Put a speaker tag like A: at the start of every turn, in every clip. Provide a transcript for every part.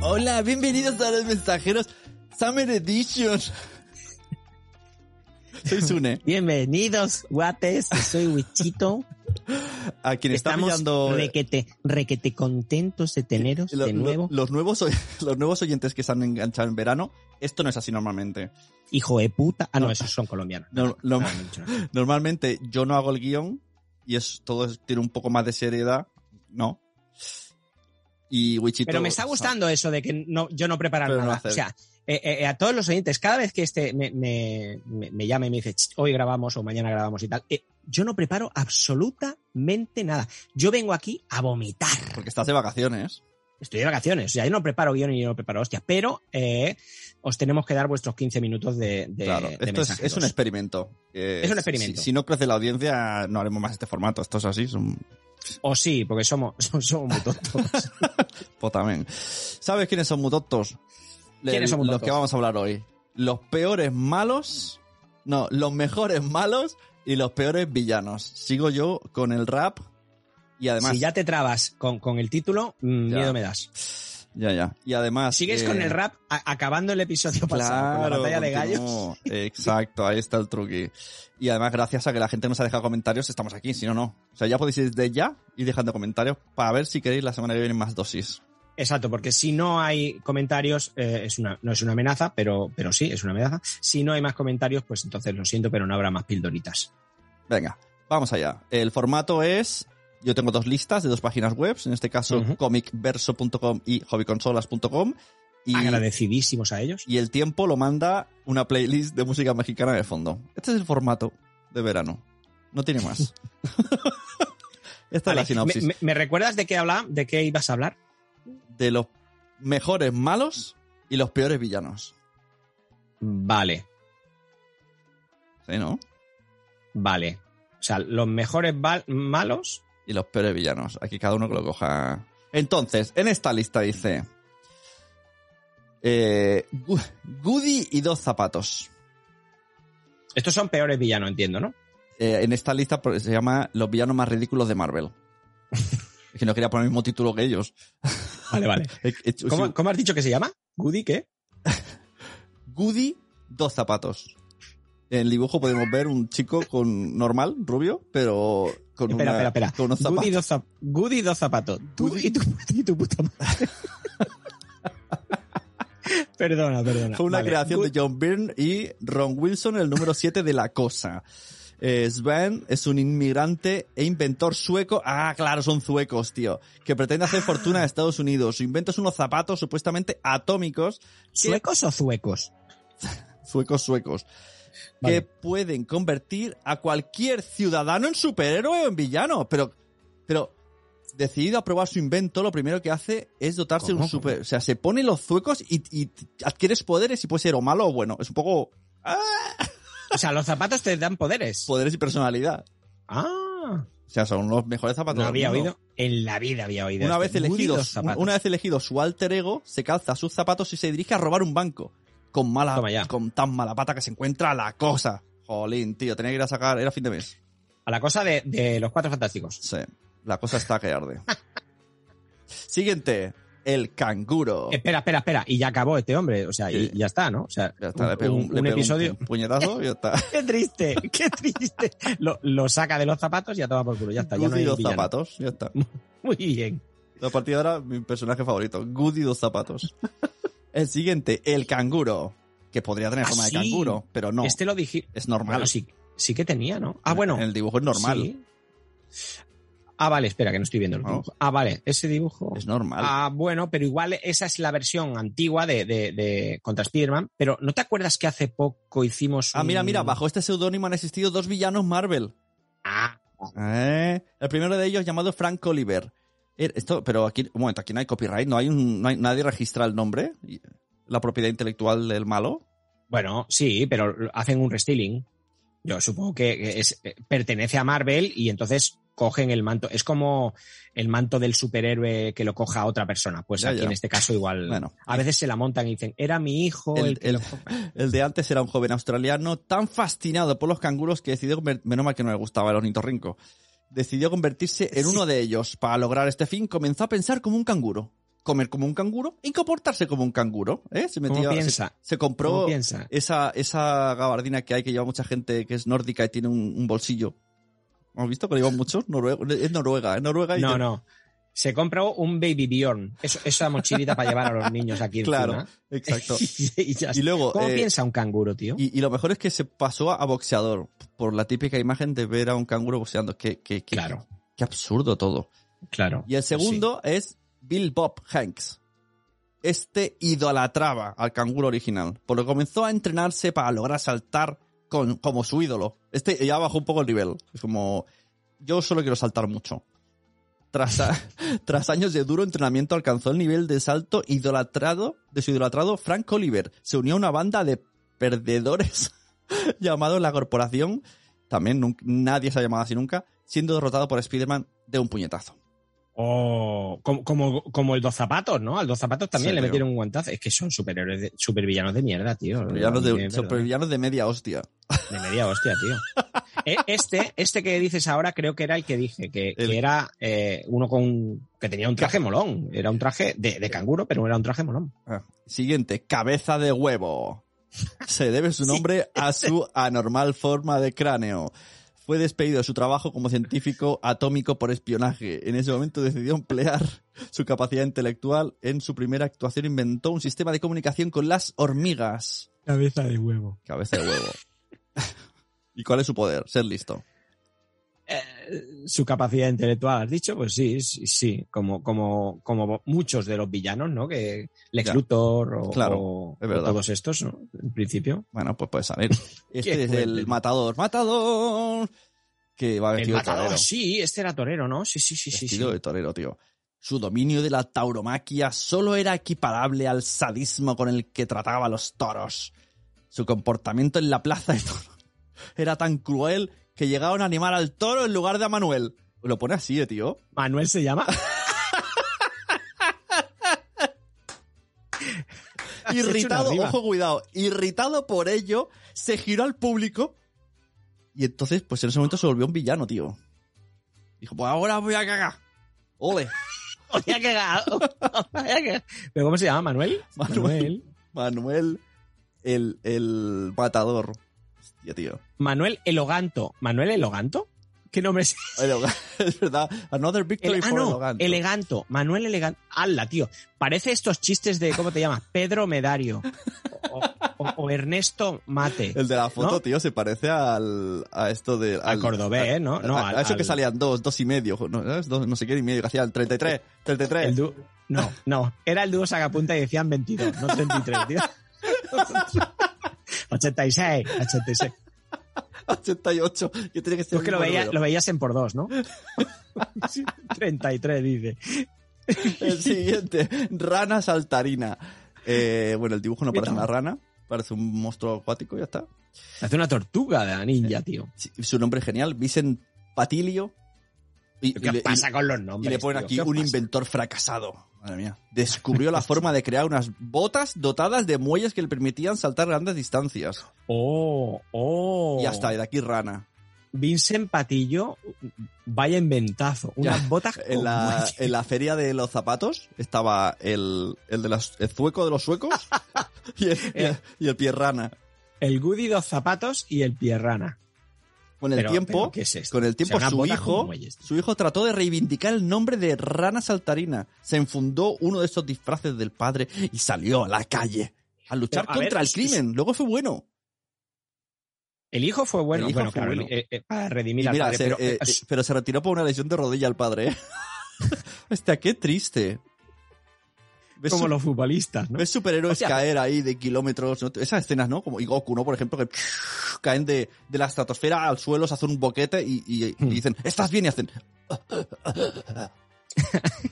A: Hola, bienvenidos a los mensajeros Summer Edition. Soy Sune.
B: Bienvenidos, guates. Soy Wichito.
A: A quien está
B: Estamos
A: pillando eh,
B: requete, requete contentos de teneros
A: lo-
B: de
A: lo-
B: nuevo.
A: los nuevos oy- los nuevos oyentes que se han enganchado en verano. Esto no es así normalmente.
B: Hijo de puta. Ah, no, esos son colombianos.
A: No, no-
B: Ah, no, no, no.
A: normalmente yo no hago el guión y es todo es- tiene un poco más de seriedad, ¿no? Y Wichito.
B: Pero me está gustando eso de que no, yo no preparo
A: Pero no
B: nada.
A: hacer.
B: o sea, eh, eh, a todos los oyentes, cada vez que este me, me, me- me llama y me dice, "Ch, hoy grabamos o mañana grabamos y tal, eh, yo no preparo absolutamente nada. Yo vengo aquí a vomitar.
A: Porque estás de vacaciones.
B: Estoy de vacaciones, o sea, yo no preparo guión y yo no preparo hostias, pero eh, os tenemos que dar vuestros 15 minutos de, de,
A: claro.
B: de
A: Esto es, es un
B: mensajeros.
A: experimento. Eh,
B: Es un
A: si-
B: experimento.
A: Si, no crece la audiencia, no haremos más este formato. Esto es así, es un
B: O sí, porque somos, somos muy tontos.
A: potamen. Pues ¿Sabes quiénes son mutotos?
B: ¿Quiénes son
A: Los
B: mutotos?
A: que vamos a hablar hoy. Los peores malos. No, los mejores malos y los peores villanos. Sigo yo con el rap y además.
B: si ya te trabas con, con el título, mm,
A: Ya.
B: miedo me das.
A: ya, ya. Y además.
B: Sigues
A: eh,
B: con el rap a- acabando el episodio pasado, con la
A: Claro,
B: batalla de gallos.
A: continuó. Exacto, ahí está el truqui. Y además, gracias a que la gente nos ha dejado comentarios, estamos aquí, si no, no. O sea, ya podéis ir de ya y dejando comentarios para ver si queréis la semana que viene más dosis.
B: Exacto, porque si no hay comentarios, eh, es una, no es una amenaza, pero, pero sí, es una amenaza. Si no hay más comentarios, pues entonces lo siento, pero no habrá más pildoritas.
A: Venga, vamos allá. El formato es. Yo tengo dos listas de dos páginas web, en este caso
B: Ujú.
A: comicverso.com y hobbyconsolas.com. Y,
B: Agradecidísimos a ellos.
A: y el tiempo lo manda una playlist de música mexicana de fondo. Este es el formato de verano. No tiene más. Esta es
B: Vale,
A: la sinopsis.
B: ¿Me, me- me recuerdas de qué habla, de qué ibas a hablar?
A: de los mejores malos y los peores villanos.
B: Vale,
A: ¿Sí, no?
B: vale. O sea, los mejores val- malos.
A: Y los peores villanos. Aquí cada uno que lo coja. Entonces, en esta lista dice. eh, Gu- Goody y dos zapatos.
B: Estos son peores villanos, entiendo, ¿no?
A: Eh, en esta lista por- se llama Los villanos más ridículos de Marvel. es que no quería poner el mismo título que ellos.
B: Vale, vale.
A: He- he hecho-
B: ¿Cómo,
A: sí,
B: cómo has dicho que se llama? ¿Goody qué?
A: Goody, dos zapatos. En el dibujo podemos ver un chico con normal, rubio, pero con,
B: espera,
A: una-
B: espera, espera.
A: con unos zapatos.
B: Goody dos, zap- Goody dos zapatos. Tú
A: Goody-
B: y tu, y tu puta madre. perdona, perdona.
A: Fue una
B: Vale.
A: creación
B: Good-
A: de John Byrne y Ron Wilson, el número 7 de La Cosa. Eh, Sven es un inmigrante e inventor sueco. Ah, claro, son suecos, tío. Que pretende hacer fortuna en Estados Unidos. Su invento es unos zapatos supuestamente atómicos.
B: ¿Suecos o zuecos?
A: Suecos, suecos.
B: Vale.
A: Que pueden convertir a cualquier ciudadano en superhéroe o en villano. Pero, pero, decidido a probar su invento, lo primero que hace es dotarse de un
B: ¿Cómo?
A: super. O sea, se pone los suecos y, y adquieres poderes y puede ser o malo o bueno. Es un poco.
B: O sea, los zapatos te dan poderes.
A: poderes y personalidad.
B: Ah,
A: O sea, son los mejores zapatos.
B: no
A: del
B: había
A: mundo.
B: oído. En la vida había oído.
A: Una
B: esto.
A: vez,
B: Goody
A: elegido,
B: dos zapatos.
A: una vez elegido su alter ego, se calza sus zapatos y se dirige a robar un banco. Con
B: Toma
A: mala,
B: ya.
A: con tan mala pata que se encuentra la cosa. Jolín, tío, tenía que ir a sacar, era fin de mes.
B: A la cosa de, de los cuatro fantásticos.
A: Sí, la cosa está que arde. Siguiente, el canguro.
B: Espera, espera, espera. Y ya acabó este hombre. O sea, y,
A: Oh. Sí.
B: y ya está, ¿no? O sea,
A: Ya está, le
B: un-
A: pego
B: un-
A: un, le
B: un
A: pego un
B: episodio.
A: pu- puñetazo y ya está.
B: Qué triste, qué triste. Lo, lo saca de los zapatos y ya toma por culo. Ya está, ya no
A: Goody
B: hay
A: dos
B: villano.
A: zapatos, ya está.
B: Muy bien.
A: A partir de ahora, mi personaje favorito, Goody dos zapatos. El siguiente, el canguro. Que podría tener
B: Ah,
A: forma
B: sí.
A: de canguro, pero no.
B: Este lo dije.
A: Es normal.
B: Bueno, sí, sí que tenía, ¿no? Ah, bueno.
A: El dibujo es normal.
B: sí. Ah, vale, espera, que no estoy viendo el
A: No.
B: dibujo. Ah, vale, ese dibujo.
A: Es normal.
B: Ah, bueno, pero igual esa es la versión antigua de, de, de contra Spider-Man. Pero ¿no te acuerdas que hace poco hicimos.
A: Ah, mira,
B: un-
A: mira, bajo este seudónimo han existido dos villanos Marvel.
B: Ah,
A: Eh, El primero de ellos llamado Frank Oliver. Eh, Esto, pero aquí, un momento, aquí no hay copyright, no hay, un, no hay- nadie registra el nombre, y- la propiedad intelectual del malo.
B: bueno, sí, pero hacen un restyling. Yo supongo que es, eh, pertenece a Marvel y entonces cogen el manto. Es como el manto del superhéroe que lo coja otra persona. Pues
A: Ya,
B: aquí
A: ya.
B: en este caso igual.
A: Bueno,
B: A veces se la montan y dicen, era mi hijo
A: El-
B: el, que
A: el-
B: lo coja".
A: el de antes era un joven australiano tan fascinado por los canguros que decidió, conver- menos mal que no le gustaba el ornitorrinco, decidió convertirse en
B: Sí.
A: uno de ellos. Para lograr este fin comenzó a pensar como un canguro. comer como un canguro y comportarse como un canguro. ¿eh? Se,
B: ¿Cómo
A: metió- se-
B: piensa?
A: se
B: ¿Cómo
A: compró
B: piensa?
A: esa, esa gabardina que hay que lleva mucha gente que es nórdica y tiene un, un bolsillo. ¿Hemos visto que lo llevan muchos? Noruego- es Noruega, es Noruega. y
B: No,
A: te-
B: no. Se compró un Baby Bjorn, eso- esa mochilita para llevar a los niños aquí
A: Claro,
B: encima.
A: exacto.
B: y ya
A: Y
B: está.
A: luego,
B: ¿Cómo
A: eh,
B: piensa un canguro, tío?
A: y, y lo mejor es que se pasó a boxeador, por la típica imagen de ver a un canguro boxeando. Qué, qué, qué-
B: Claro,
A: qué, absurdo todo.
B: claro.
A: Y el segundo es Bill Bob Hanks. Este idolatraba al canguro original, por lo que comenzó a entrenarse para lograr saltar con, como su ídolo. Este ya bajó un poco el nivel. Es como, yo solo quiero saltar mucho. Tras, a- tras años de duro entrenamiento alcanzó el nivel de salto idolatrado de su idolatrado Frank Oliver. Se unió a una banda de perdedores llamado la Corporación. También nun- nadie se ha llamado así nunca, siendo derrotado por Spider-Man de un puñetazo.
B: O como, como, como el dos zapatos, ¿no? Al dos zapatos también
A: Sí,
B: le
A: tío.
B: metieron un guantazo. Es que son superhéroes, de- supervillanos de mierda, tío.
A: Supervillanos
B: A mí me-
A: de, supervillanos de media hostia.
B: De media hostia, tío. Eh, Este, este que dices ahora creo que era el que dije, que, que
A: El-
B: era eh, uno con que tenía un traje molón. Era un traje de, de canguro, pero era un traje molón.
A: Ah, Siguiente, cabeza de huevo. Se debe su nombre a su anormal forma de cráneo. Fue despedido de su trabajo como científico atómico por espionaje. En ese momento decidió emplear su capacidad intelectual. En su primera actuación inventó un sistema de comunicación con las hormigas.
B: Cabeza de huevo.
A: Cabeza de huevo. ¿Y cuál es su poder? Ser listo.
B: Eh, su capacidad intelectual, has dicho, pues sí, sí, sí. Como, como, como muchos de los villanos, ¿no? Que Lex
A: Ya.
B: Luthor o,
A: Claro,
B: o-
A: es
B: o
A: verdad.
B: todos estos, ¿no? En principio.
A: Bueno, pues puede salir. Este
B: Qué
A: es
B: fuerte.
A: el matador. ¡Matador! Que va
B: El
A: vestido de
B: matador,
A: torero.
B: sí, este era torero, ¿no? Sí, sí, sí, sí. sí.
A: vestido de torero, tío. Su dominio de la tauromaquia solo era equiparable al sadismo con el que trataba a los toros. Su comportamiento en la plaza de toros era tan cruel que llegaron a animar al toro en lugar de a Manuel. Lo pone así, eh, tío.
B: Manuel se llama. Has hecho una
A: Irritado,
B: rima.
A: ojo, cuidado. Irritado por ello, se giró al público y entonces, pues en ese momento se volvió un villano, tío. Dijo, pues ahora voy a cagar. Ole,
B: Había cagado. Había cagado. ¿Pero cómo se llama? ¿Manuel?
A: Manuel. Manuel, el, el matador. Hostia, tío.
B: Manuel Eloganto. ¿Manuel Eloganto? ¿Qué nombre es?
A: Elogan- es verdad. Another victory
B: El, ah,
A: for
B: no,
A: Elogan.
B: Eleganto. Manuel Eleganto. ¡Hala, tío! Parece estos chistes de, ¿cómo te llamas? Pedro Medario. O, o- o Ernesto Mate.
A: El de la foto,
B: ¿No?
A: tío, se parece al, a esto de...
B: Al cordobés, ¿eh? ¿no? No,
A: a,
B: al-
A: a eso que
B: al-
A: salían dos, dos y medio, no, ¿sabes? Dos, no sé qué y medio, que hacían 33, 33.
B: El dúo- no, no. Era el dúo sacapunta y decían 22, no 33, tío. 86, 86.
A: 88. Yo tenía que ser
B: Tú es que
A: el mismo
B: lo, veía- lo
A: número.
B: veías en por dos, ¿no? Sí, 33, dice.
A: El siguiente, rana saltarina. Eh, bueno, el dibujo no
B: Mira.
A: parece una rana, parece un monstruo acuático, ya está.
B: Hace una tortuga de la ninja, tío.
A: Sí, Su nombre es genial, Vicent Patilio. Y- y
B: ¿Qué
A: le- y-
B: pasa con los
A: Y
B: nombres?
A: le ponen
B: tío?
A: aquí
B: ¿Qué
A: un
B: pasa?
A: inventor fracasado. Madre mía. Descubrió la forma de crear unas botas dotadas de muelles que le permitían saltar grandes distancias.
B: Oh, oh.
A: Y hasta de aquí rana.
B: Vincent Patillo, vaya inventazo. Unas
A: Ya,
B: botas.
A: En la, en la feria de los zapatos estaba el, el de las- el zueco de los suecos y el, y el- y el pie rana.
B: El Goody, dos zapatos y el Pierrana.
A: Con el
B: Pero-
A: tiempo,
B: pero ¿qué es esto?
A: con el
B: O sea,
A: tiempo
B: unas
A: su
B: botas con
A: hijo,
B: muelles, tío.
A: su hijo trató de reivindicar el nombre de rana saltarina. Se enfundó uno de esos disfraces del padre y salió a la calle a luchar
B: Pero, a
A: contra
B: ver,
A: el
B: es-
A: crimen. Luego fue bueno.
B: El hijo fue bueno.
A: El hijo
B: bueno,
A: fue
B: claro,
A: bueno.
B: eh, eh, para redimir
A: Y
B: al
A: mira,
B: padre,
A: se- eh, eh,
B: pero,
A: pero,
B: eh,
A: se, retiró por una lesión de rodilla el padre. ¿eh? Hostia, qué triste. ¿Ves,
B: como
A: su-
B: los futbolistas, ¿no?
A: ves superhéroes
B: Hostia.
A: caer ahí de kilómetros? ¿no? Esas escenas, ¿no? Como y Goku, ¿no? Por ejemplo, que caen de, de la estratosfera al suelo, se hacen un boquete y, y- y
B: Hmm.
A: dicen, estás bien, y hacen...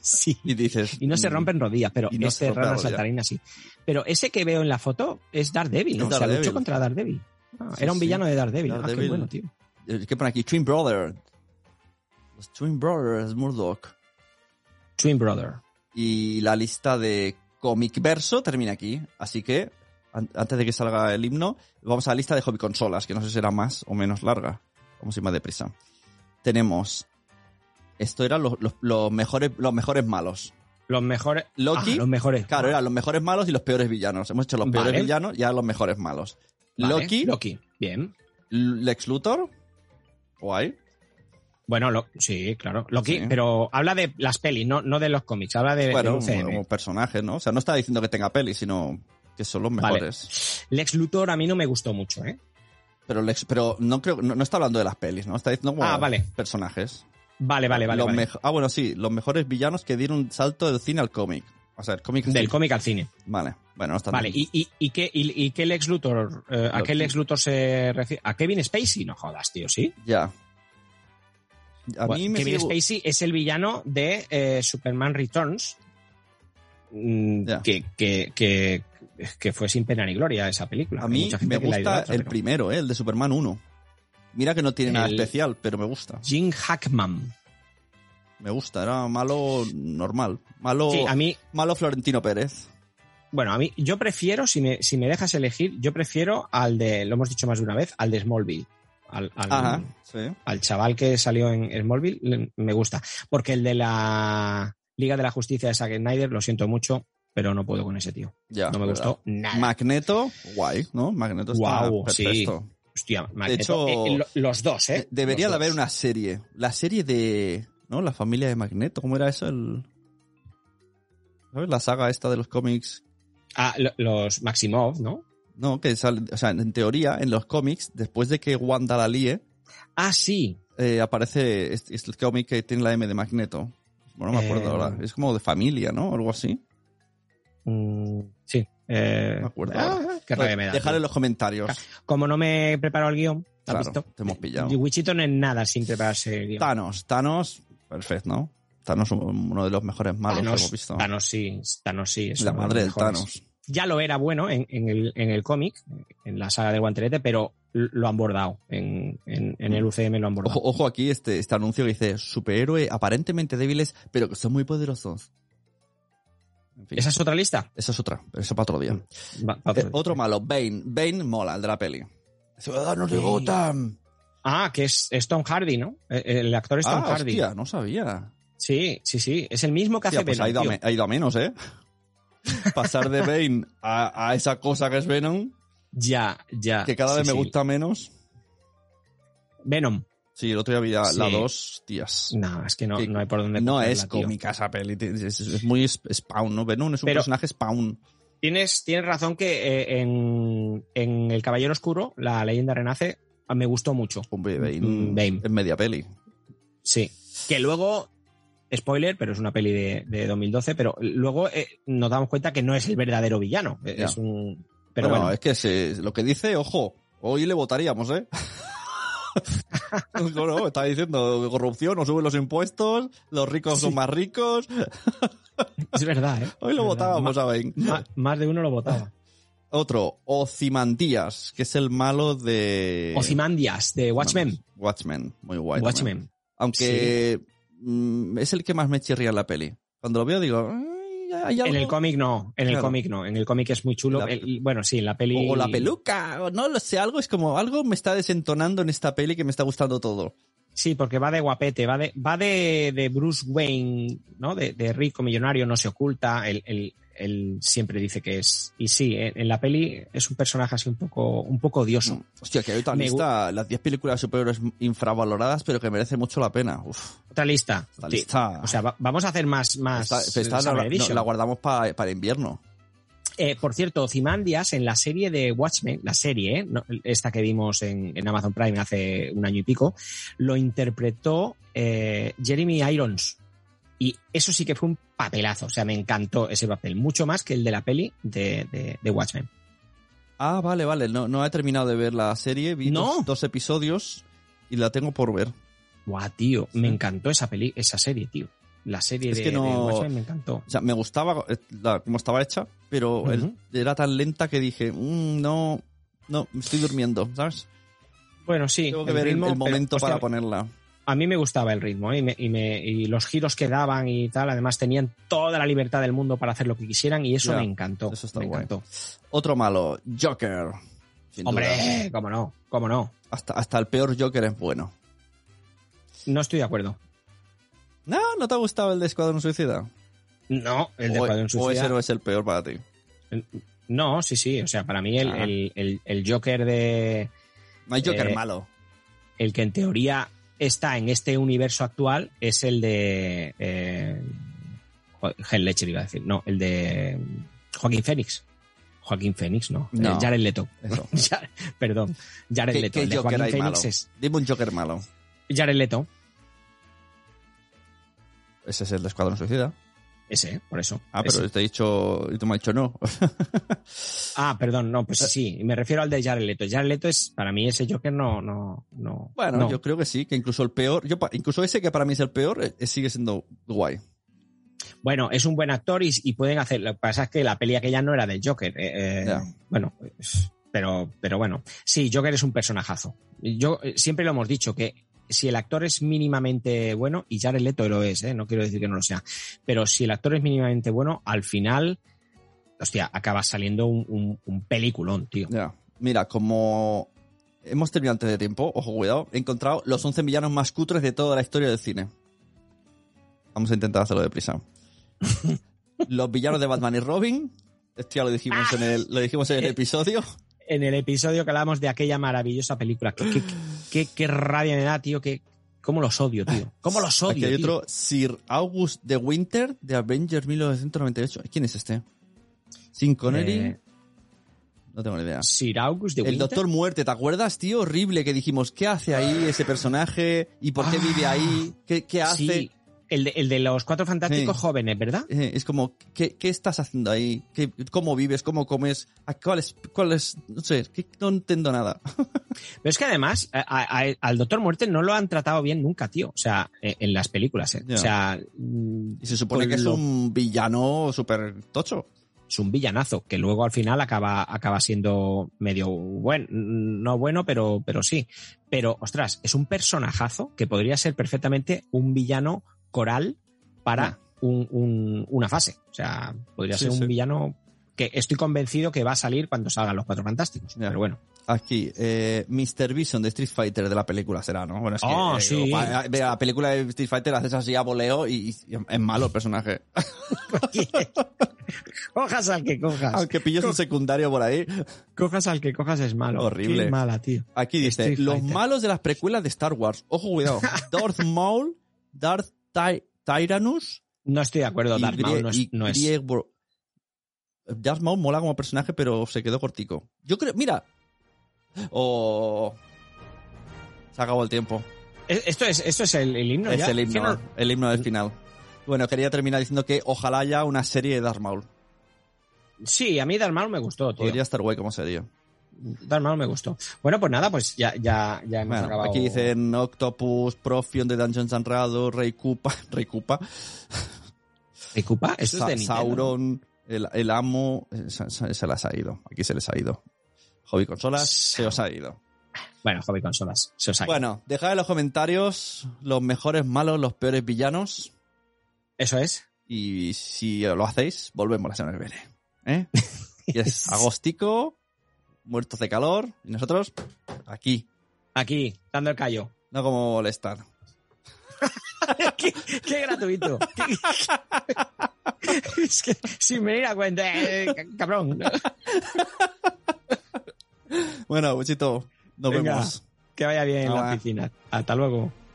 B: Sí.
A: Y dices...
B: Y no se
A: "Mm,
B: rompen rodillas, pero
A: Y no se
B: este
A: rompe la
B: rana
A: rodilla.
B: saltarina sí. Pero ese que veo en la foto es Daredevil, ¿no?
A: Es
B: o sea,
A: Daredevil.
B: luchó contra Daredevil. Ah,
A: Sí,
B: era un
A: sí.
B: villano de Daredevil. Ah, qué
A: Daredevil.
B: bueno, tío.
A: eh, ¿Qué ponen aquí? Twin Brother. Los Twin Brothers, Murdoch.
B: Twin Brother.
A: Y la lista de Comic Verso termina aquí. Así que, an- antes de que salga el himno, vamos a la lista de hobby consolas, que no sé si será más o menos larga. Vamos a ir más deprisa. Tenemos. Esto eran los, los- los mejores, los mejores malos.
B: Los mejores.
A: Loki,
B: Ah, los mejores.
A: Claro, eran los mejores malos y los peores villanos. Hemos hecho los peores
B: Vale.
A: villanos y ahora los mejores malos.
B: Vale,
A: Loki,
B: Loki. Bien.
A: Lex Luthor. Guay.
B: Bueno, lo- sí, claro. Loki,
A: Sí.
B: pero habla de las pelis, no, no de los cómics, habla de,
A: bueno,
B: del UCM.
A: como personaje, ¿no? O sea, no estaba diciendo que tenga peli, sino que son los
B: Vale.
A: mejores.
B: Lex Luthor a mí no me gustó mucho, ¿eh?
A: Pero, Lex- pero no creo, no, no está hablando de las pelis, ¿no? Está diciendo como
B: Ah, vale.
A: personajes.
B: Vale, vale, vale.
A: Los
B: vale.
A: mejo- ah, bueno, sí, los mejores villanos que dieron un salto del cine al cómic. O sea, el cómic
B: Del
A: cómic.
B: cómic al cine.
A: Vale, bueno, no está
B: Vale,
A: mal.
B: ¿y, y, y qué, y, y qué Lex Luthor? eh, ¿A
A: Loki.
B: qué Lex Luthor se refiere? ¿A Kevin Spacey? No jodas, tío, ¿sí?
A: Ya. A mí
B: Bueno,
A: me
B: Kevin
A: sigue-
B: Spacey es el villano de eh, Superman Returns, mm,
A: Ya.
B: que, que, que, que fue sin pena ni gloria esa película.
A: a
B: Hay
A: mí
B: mucha gente
A: me
B: que la
A: gusta
B: idolatra,
A: el
B: pero-
A: primero, ¿eh? el de Superman 1. Mira que no tiene nada
B: El-
A: especial, pero me gusta.
B: Jim Hackman.
A: Me gusta, era malo normal. Malo,
B: Sí, a mí,
A: malo Florentino Pérez.
B: bueno, a mí, yo prefiero, si me, si me dejas elegir, yo prefiero al de, lo hemos dicho más de una vez, al de Smallville. Al, al-
A: Ajá, sí.
B: al chaval que salió en Smallville le- me gusta. Porque el de la Liga de la Justicia de Zack Snyder, lo siento mucho, pero no puedo con ese tío.
A: Ya,
B: No me
A: ¿verdad?
B: gustó nada.
A: Magneto, guay, ¿no? Magneto está
B: Guau, sí.
A: perfecto.
B: Hostia, Magneto.
A: hecho,
B: Eh, eh, lo- los dos, ¿eh?
A: Eh, Debería
B: Los
A: de haber
B: dos.
A: una serie. La serie de. ¿No? La familia de Magneto. ¿Cómo era eso? El... ¿Sabes? La saga esta de los cómics.
B: Ah, lo- los Maximov, ¿no?
A: No, que sale. O sea, en teoría, en los cómics, después de que Wanda la líe,
B: Ah, sí.
A: eh, aparece este, este cómic que tiene la M de Magneto. Bueno, no me acuerdo
B: Eh.
A: ahora. Es como de familia, ¿no? Algo así.
B: Mm, sí. Eh,
A: Me acuerdo
B: ah, qué rabia me da,
A: Dejar
B: tío.
A: en los comentarios.
B: Como no me he preparado el guión, ¿te has
A: Claro,
B: visto? Eh,
A: te hemos pillado.
B: Y Wichito no es nada sin prepararse el guión.
A: Thanos, Thanos. Perfecto, ¿no? Thanos, uno de los mejores malos que hemos
B: Thanos,
A: visto.
B: Thanos sí, Thanos sí. es
A: la
B: uno de los
A: madre del
B: mejores.
A: Thanos.
B: ya lo era bueno en, en el, en el cómic, en la saga del guantelete, pero lo han bordado. En, en- en el UCM lo han bordado.
A: Ojo, ojo aquí este, este anuncio que dice superhéroe aparentemente débiles, pero que son muy poderosos. En fin,
B: ¿Esa es otra lista?
A: esa es otra, pero eso para otro día.
B: Mm, Va- va
A: Eh, otro malo, Bane. Bane mola, el de la peli. ¡Ciudadanos de
B: Sí.
A: Gotham!
B: Ah, que es es Tom Hardy, ¿no? Eh, El actor es Tom
A: Ah,
B: Hardy.
A: hostia, no sabía.
B: Sí, sí, sí. Es el mismo que hace
A: Hostia, pues ha
B: Venom,
A: ido, a me-
B: tío.
A: ha ido a menos, ¿eh? Pasar de Bane a, a esa cosa que es Venom,
B: Ya, ya.
A: que cada
B: Ah, sí,
A: vez me
B: sí.
A: gusta menos.
B: Venom.
A: Sí, el otro día vi la- la
B: Sí.
A: 2, tías.
B: No, es que no,
A: Que-
B: no hay por dónde
A: No
B: cogerla,
A: es
B: tío.
A: cómica esa peli, es, es muy sp- Spawn, ¿no? Venom es un
B: Pero-
A: personaje Spawn.
B: Tienes, tienes razón que eh, en, en El Caballero Oscuro, la leyenda renace, me gustó mucho.
A: Hombre, Bane,
B: Mm, Bane.
A: es media peli.
B: Sí. Que luego, spoiler, pero es una peli de, de 2012, pero luego eh, nos damos cuenta que no es el verdadero villano. Eh,
A: Ya.
B: Es un. Pero
A: Bueno,
B: bueno,
A: es que se- lo que dice, ojo, hoy le votaríamos, ¿eh? no, no, está diciendo corrupción, nos suben los impuestos, los ricos son
B: Sí.
A: más ricos.
B: es verdad, ¿eh?
A: Hoy lo
B: Es verdad.
A: votábamos, a Bane.
B: Ma- ma- más de uno lo votaba.
A: Otro, Ozymandias, que es el malo de...
B: Ozymandias, de Watchmen.
A: Watchmen, muy guay. también.
B: Watchmen.
A: Aunque mm, es el que más me chirría en la peli. Cuando lo veo digo... "Ay, hay
B: En el
A: algo".
B: cómic no, en el
A: Claro.
B: cómic no. En el cómic es muy chulo.
A: La-
B: El- bueno, sí, en la peli.
A: o, o la peluca, o no lo sé, algo es como... Algo me está desentonando en esta peli que me está gustando todo.
B: Sí, porque va de guapete, va de, va de, de Bruce Wayne, ¿no? De, de rico, millonario, no se oculta. Él, él- él siempre dice que es. Y sí, eh, en, en la peli es un personaje así un poco, un poco odioso.
A: No. Hostia, que hay otra
B: Mm. Me
A: lista, las 10 películas de superhéroes infravaloradas, pero que merece mucho la pena. Uf,
B: Otra lista.
A: esta
B: Sí.
A: lista.
B: O sea, va- vamos a hacer más. más
A: esta- esta
B: eh, Summer
A: la, no,
B: Edition.
A: la guardamos pa- para invierno.
B: Eh, por cierto, Cimandias en la serie de Watchmen, la serie, ¿eh? No, esta que vimos en, en Amazon Prime hace un año y pico, lo interpretó eh, Jeremy Irons. Y eso sí que fue un papelazo. O sea, me encantó ese papel. Mucho más que el de la peli de, de- de Watchmen.
A: Ah, vale, vale, no, no he terminado de ver la serie, vi
B: No.
A: dos, dos episodios y la tengo por ver.
B: Guau, tío. Me encantó esa peli, esa serie, tío. La serie
A: Es
B: de,
A: que no-
B: de Watchmen me encantó.
A: O sea, me gustaba eh, la- cómo estaba hecha, pero
B: Ujú.
A: el- era tan lenta que dije, "Mm, no, no, me estoy durmiendo, ¿sabes?
B: Bueno, sí.
A: Tengo que ver el-
B: ritmo,
A: el,
B: pero,
A: momento
B: hostia,
A: para ponerla.
B: a mí me gustaba el ritmo ¿eh? y, me- y me- y los giros que daban y tal. Además, tenían toda la libertad del mundo para hacer lo que quisieran y eso
A: Ya,
B: me encantó.
A: eso está
B: me
A: guay.
B: encantó.
A: Otro malo, Joker. Sin duda.
B: Hombre, cómo no, cómo no.
A: Hasta, hasta el peor Joker es bueno.
B: No estoy de acuerdo.
A: No, ¿no te ha gustado el de Escuadrón Suicida?
B: No, el de
A: o,
B: Escuadrón
A: o ese
B: Suicida.
A: no es el peor para ti.
B: No, sí, sí. O sea, para mí el,
A: Ah.
B: el- el- el Joker de.
A: No hay Joker
B: Eh,
A: malo.
B: El que en teoría está en este universo actual es el de. Eh, jo- Heath Ledger iba a decir. No, el de. Joaquín Fénix. Joaquín Fénix, no.
A: No.
B: Eh, Jared Leto.
A: Eso.
B: Ya- perdón. Jared
A: ¿Qué-
B: Leto.
A: qué
B: el de
A: Joker
B: Joaquín
A: hay
B: Phoenix
A: malo?
B: es
A: Dime un Joker malo.
B: Jared Leto.
A: Ese es el de Escuadrón Suicida.
B: Ese, eh, por eso.
A: Ah, pero
B: Ese.
A: te he dicho. Y tú me has dicho no.
B: Ah, perdón, no, pues
A: Eh.
B: sí, me refiero al de Jared Leto. Jared Leto es, para mí ese Joker no, no, no.
A: Bueno,
B: no.
A: yo creo que sí, que incluso el peor, yo pa- incluso ese que para mí es el peor, eh, sigue siendo guay.
B: Bueno, es un buen actor y, y pueden hacer. Lo que pasa es que la peli aquella no era del Joker. eh, eh,
A: Ya.
B: Bueno, es- pero, pero bueno. Sí, Joker es un personajazo. Yo eh, siempre lo hemos dicho que si el actor es mínimamente bueno, y Jared Leto lo es, eh, no quiero decir que no lo sea, pero si el actor es mínimamente bueno, al final, hostia, acaba saliendo un, un- un peliculón, tío.
A: Ya. Mira, como hemos terminado antes de tiempo, ojo, cuidado, he encontrado los 11 villanos más cutres de toda la historia del cine. Vamos a intentar hacerlo deprisa. los villanos de Batman y Robin, esto ya lo dijimos en el, lo dijimos en
B: Ah.
A: el episodio.
B: En el episodio que hablábamos de aquella maravillosa película, qué, qué, qué- qué rabia me da, tío, que cómo los odio, tío. ¿Cómo los odio?
A: Aquí hay
B: tío?
A: otro, Sir August de Winter de Avengers 1998. ¿Quién es este? Sin Connery,
B: Eh,
A: no tengo ni idea.
B: Sir August de
A: El
B: Winter.
A: Doctor Muerte, ¿te acuerdas, tío? Horrible que dijimos, ¿qué hace ahí ese personaje? ¿Y por qué
B: Ah.
A: vive ahí? ¿Qué, qué hace?
B: Sí, el de, el de los cuatro fantásticos
A: Sí.
B: jóvenes, ¿verdad?
A: Eh, es como, ¿qué, qué estás haciendo ahí? ¿Qué- ¿Cómo vives? ¿Cómo comes? ¿A cuáles? cuáles no sé, que no entiendo nada.
B: Pero es que además a- a- a- al Doctor Muerte no lo han tratado bien nunca, tío. O sea, eh, en las películas, ¿eh?
A: Ya.
B: O sea, mm,
A: Y se supone
B: Pues
A: que es
B: lo-
A: un villano súper tocho.
B: es un villanazo que luego al final acaba, acaba siendo medio bueno, no bueno, pero, pero sí. Pero, ostras, es un personajazo que podría ser perfectamente un villano coral para un- un- una fase. O sea, podría
A: Sí,
B: ser un
A: sí.
B: villano que estoy convencido que va a salir cuando salgan los cuatro fantásticos.
A: Ya.
B: Pero bueno.
A: Aquí, eh, Mr. Bison de Street Fighter de la película será, ¿no? Bueno, es que
B: Ah,
A: eh,
B: sí.
A: opa, eh, ve la película de Street Fighter haces así a voleo y, y es malo el personaje.
B: cojas al que cojas.
A: Aunque pilles un secundario por ahí.
B: Cojas al que cojas es malo.
A: Horrible.
B: Qué mala, tío.
A: Aquí dice,
B: Street
A: los
B: Fighter.
A: malos de las precuelas de Star Wars. Ojo, cuidado. Darth Maul, Darth Ty- Tyrannus
B: No estoy de acuerdo,
A: y
B: Darth Maul
A: Grie-
B: no es.
A: y
B: no es-
A: Grievous. Darth Maul mola como personaje, pero se quedó cortico. Yo creo, mira. Oh. Se acabó el tiempo.
B: Eh, Esto es, esto es el, el himno.
A: es
B: ya.
A: el
B: ¿Qué
A: himno,
B: no-
A: el himno del final. Bueno, quería terminar diciendo que ojalá haya una serie de Darth Maul.
B: Sí, a mí Darth Maul me gustó, tío.
A: Podría estar guay como serie.
B: Darth Maul me gustó. Bueno, pues nada, pues ya, ya, ya hemos
A: Bueno,
B: acabado.
A: aquí dicen Octopus, Profion de Dungeons and Dragons, Rey Koopa, Rey Koopa,
B: Disculpa, esto es
A: Sa-
B: de Nintendo.
A: Sauron, el, el amo, eh, se, se- se las ha ido. Aquí se les ha ido. Hobby consolas, se os ha ido.
B: Bueno, hobby consolas. Se os ha ido.
A: Bueno, dejad en los comentarios los mejores malos, los peores villanos.
B: Eso es.
A: Y si lo hacéis, volvemos la semana que viene. ¿Eh? Y es agostico, muertos de calor, y nosotros aquí.
B: Aquí, dando el callo.
A: No como molestar.
B: qué, qué gratuito. es que sin venir a cuenta, eh, cabrón.
A: Bueno, Wichito, nos
B: Venga.
A: vemos.
B: Que vaya bien en la
A: Hola.
B: oficina. Hasta luego.